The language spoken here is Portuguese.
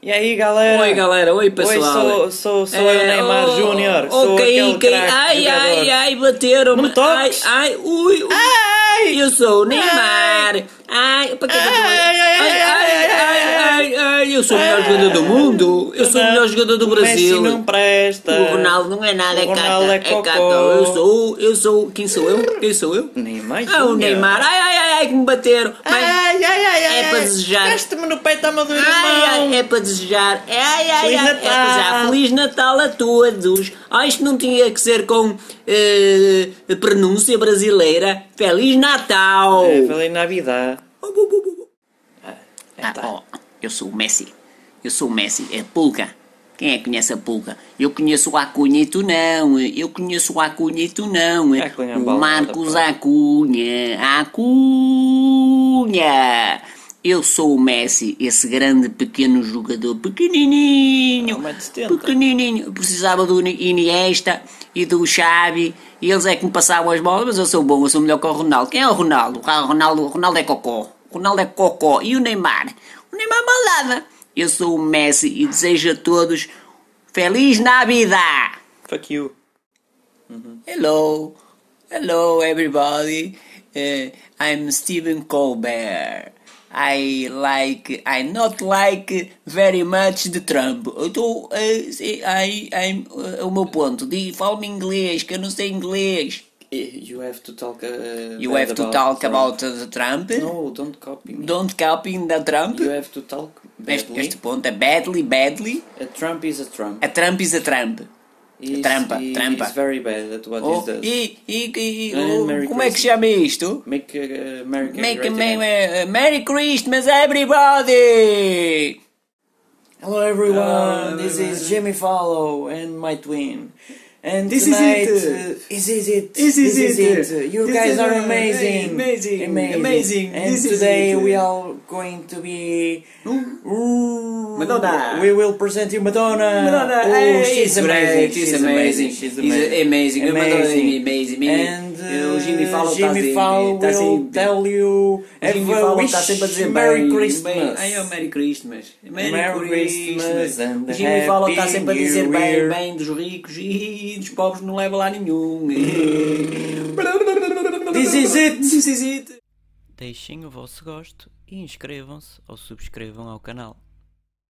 E aí, galera? Oi, galera. Oi, Oi, pessoal. sou, sou, sou É, eu, Neymar oh, Júnior. oh, sou quem, aquele quem- craque ai, jogador. ai, ai, bateram. Não me ai, toques. ai, ui, ui. Ai! Eu sou o Neymar. Ai, para que eu tô- Ai, ai, ai, ai, ai, ai, ai, ai, eu sou o melhor Ai. jogador do mundo. Eu sou o Não, melhor jogador do Brasil. Messi não presta. O Ronaldo não é nada, é O Ronaldo cata, é é cata. cocô. Eu sou, eu sou, quem sou eu? Quem sou eu? Neymar Ah, o Júnior. Ah. Neymar. Ai, ai, ai, ai, que me bateram. Mas- Ai, ai, ai, ai. É ai. para desejar. Deste-me no peito à madura, Ai, ai, irmão. é para desejar. Ai, ai, Feliz ai, é para desejar. Natal. Feliz Natal a todos. Ah, isto não tinha que ser com eh, pronúncia brasileira. Feliz Natal. É, Falei Navidad. Oh, bu, bu, bu, bu. Ah, É, tá. ó, Ah, oh, eu sou o Messi. Eu sou o Messi, é Pulga. Quem é que conhece a Pulga? Eu conheço o Acunha e tu não. Eu conheço o Acunha e tu não. Acunha é uma o balada, Marcos pá. Acunha. Acunha. Eu sou o Messi, esse grande pequeno jogador, pequenininho, Ah, um metro e setenta. pequenininho. Eu Precisava do Iniesta e do Xavi, e eles é que me passavam as bolas, mas eu sou bom, eu sou melhor que o Ronaldo. Quem é o Ronaldo? Ah, o Ronaldo, o Ronaldo é cocó, o Ronaldo é cocó. E o Neymar? O Neymar é balada. Eu sou o Messi e desejo a todos Feliz Navidad! Fuck you. Hello, hello everybody. Uh, I'm Stephen Colbert. I like, I not like very much the Trump. Então, uh, se- I, I'm, uh, o meu ponto, de fala-me inglês, que eu não sei inglês. You have to talk. Uh, You bad have to about talk Trump. about the Trump. No, don't copy me. Don't copy the Trump. You have to talk Este, badly. este ponto é badly, badly. A Trump is a Trump. A Trump is a Trump. É He's- trampa, he trampa. is very bad at what Oh, he does. e, e, e And oh, Merry como é que Christmas. se chama isto? Make uh, America Make great a ma- again. uh, ma- Merry Christmas, everybody! Hello everyone, Uh, this is Jimmy Fallow and my twin. And This is it. tonight, uh, this is it. This is it. You This guys is are it. amazing. Amazing. amazing, Amazing. And This is today it. we are going to be Madonna. We will present you Madonna. Madonna, Oh, hey, she's, it's great, amazing. it's She's amazing, amazing. it's amazing, Madonna is amazing. And uh, E o Jimmy Fallon tá Jimmy sempre- Fallon tá will sempre- tell you. Jimmy have a Fallon wish. tá sempre a dizer Merry bem, Christmas. bem. Ai, oh, Merry Christmas. Merry, Merry Christmas Christmas. and O Jimmy Fallon está Happy sempre a dizer New bem, Year. bem dos ricos e dos pobres não leva lá nenhum. This is it. This is it. Deixem o vosso gosto e inscrevam-se ou subscrevam ao canal.